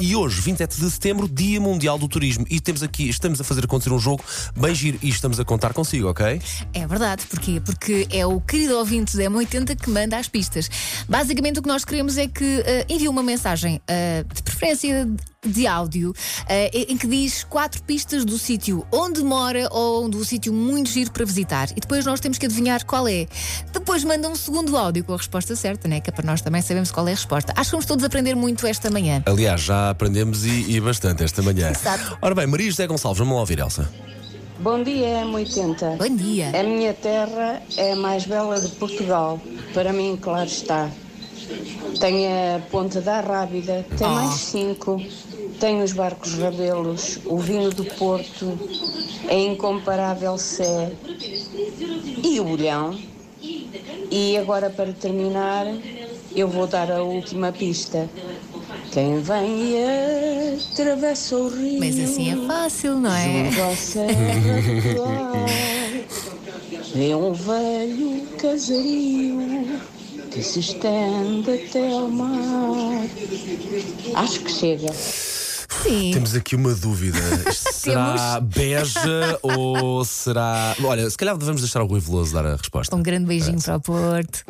E hoje, 27 de setembro, Dia Mundial do Turismo. E temos aqui, estamos a fazer acontecer um jogo bem giro e estamos a contar consigo, ok? É verdade, porquê? Porque é o querido ouvinte da M80 que manda as pistas. Basicamente, o que nós queremos é que eh, envie uma mensagem, eh, de preferência de áudio, eh, em que diz quatro pistas do sítio onde mora ou do sítio muito giro para visitar. E depois nós temos que adivinhar qual é. Depois manda um segundo áudio com a resposta certa, né? Que é para nós também sabemos qual é a resposta. Acho que vamos todos aprender muito esta manhã. Aliás, já aprendemos e, e bastante esta manhã. Exato. Ora bem, Maria José Gonçalves, vamos lá ouvir, Elsa. Bom dia, M80. Bom dia! A minha terra é a mais bela de Portugal. Para mim, claro está. Tem a Ponta da Rábida, tem Oh. mais cinco. Tem os barcos rabelos, o vinho do Porto, a incomparável Sé e o Bolhão. E agora, para terminar, eu vou dar a última pista. Quem vem e atravessa o rio. Mas assim é fácil, não é? Junto à Serra do Ar, Vê um velho casario que se estende até ao mar. Acho que chega. Sim. Temos aqui uma dúvida. será beja ou será. Olha, se calhar devemos deixar o Rui Veloso dar a resposta. Um grande beijinho para o Porto.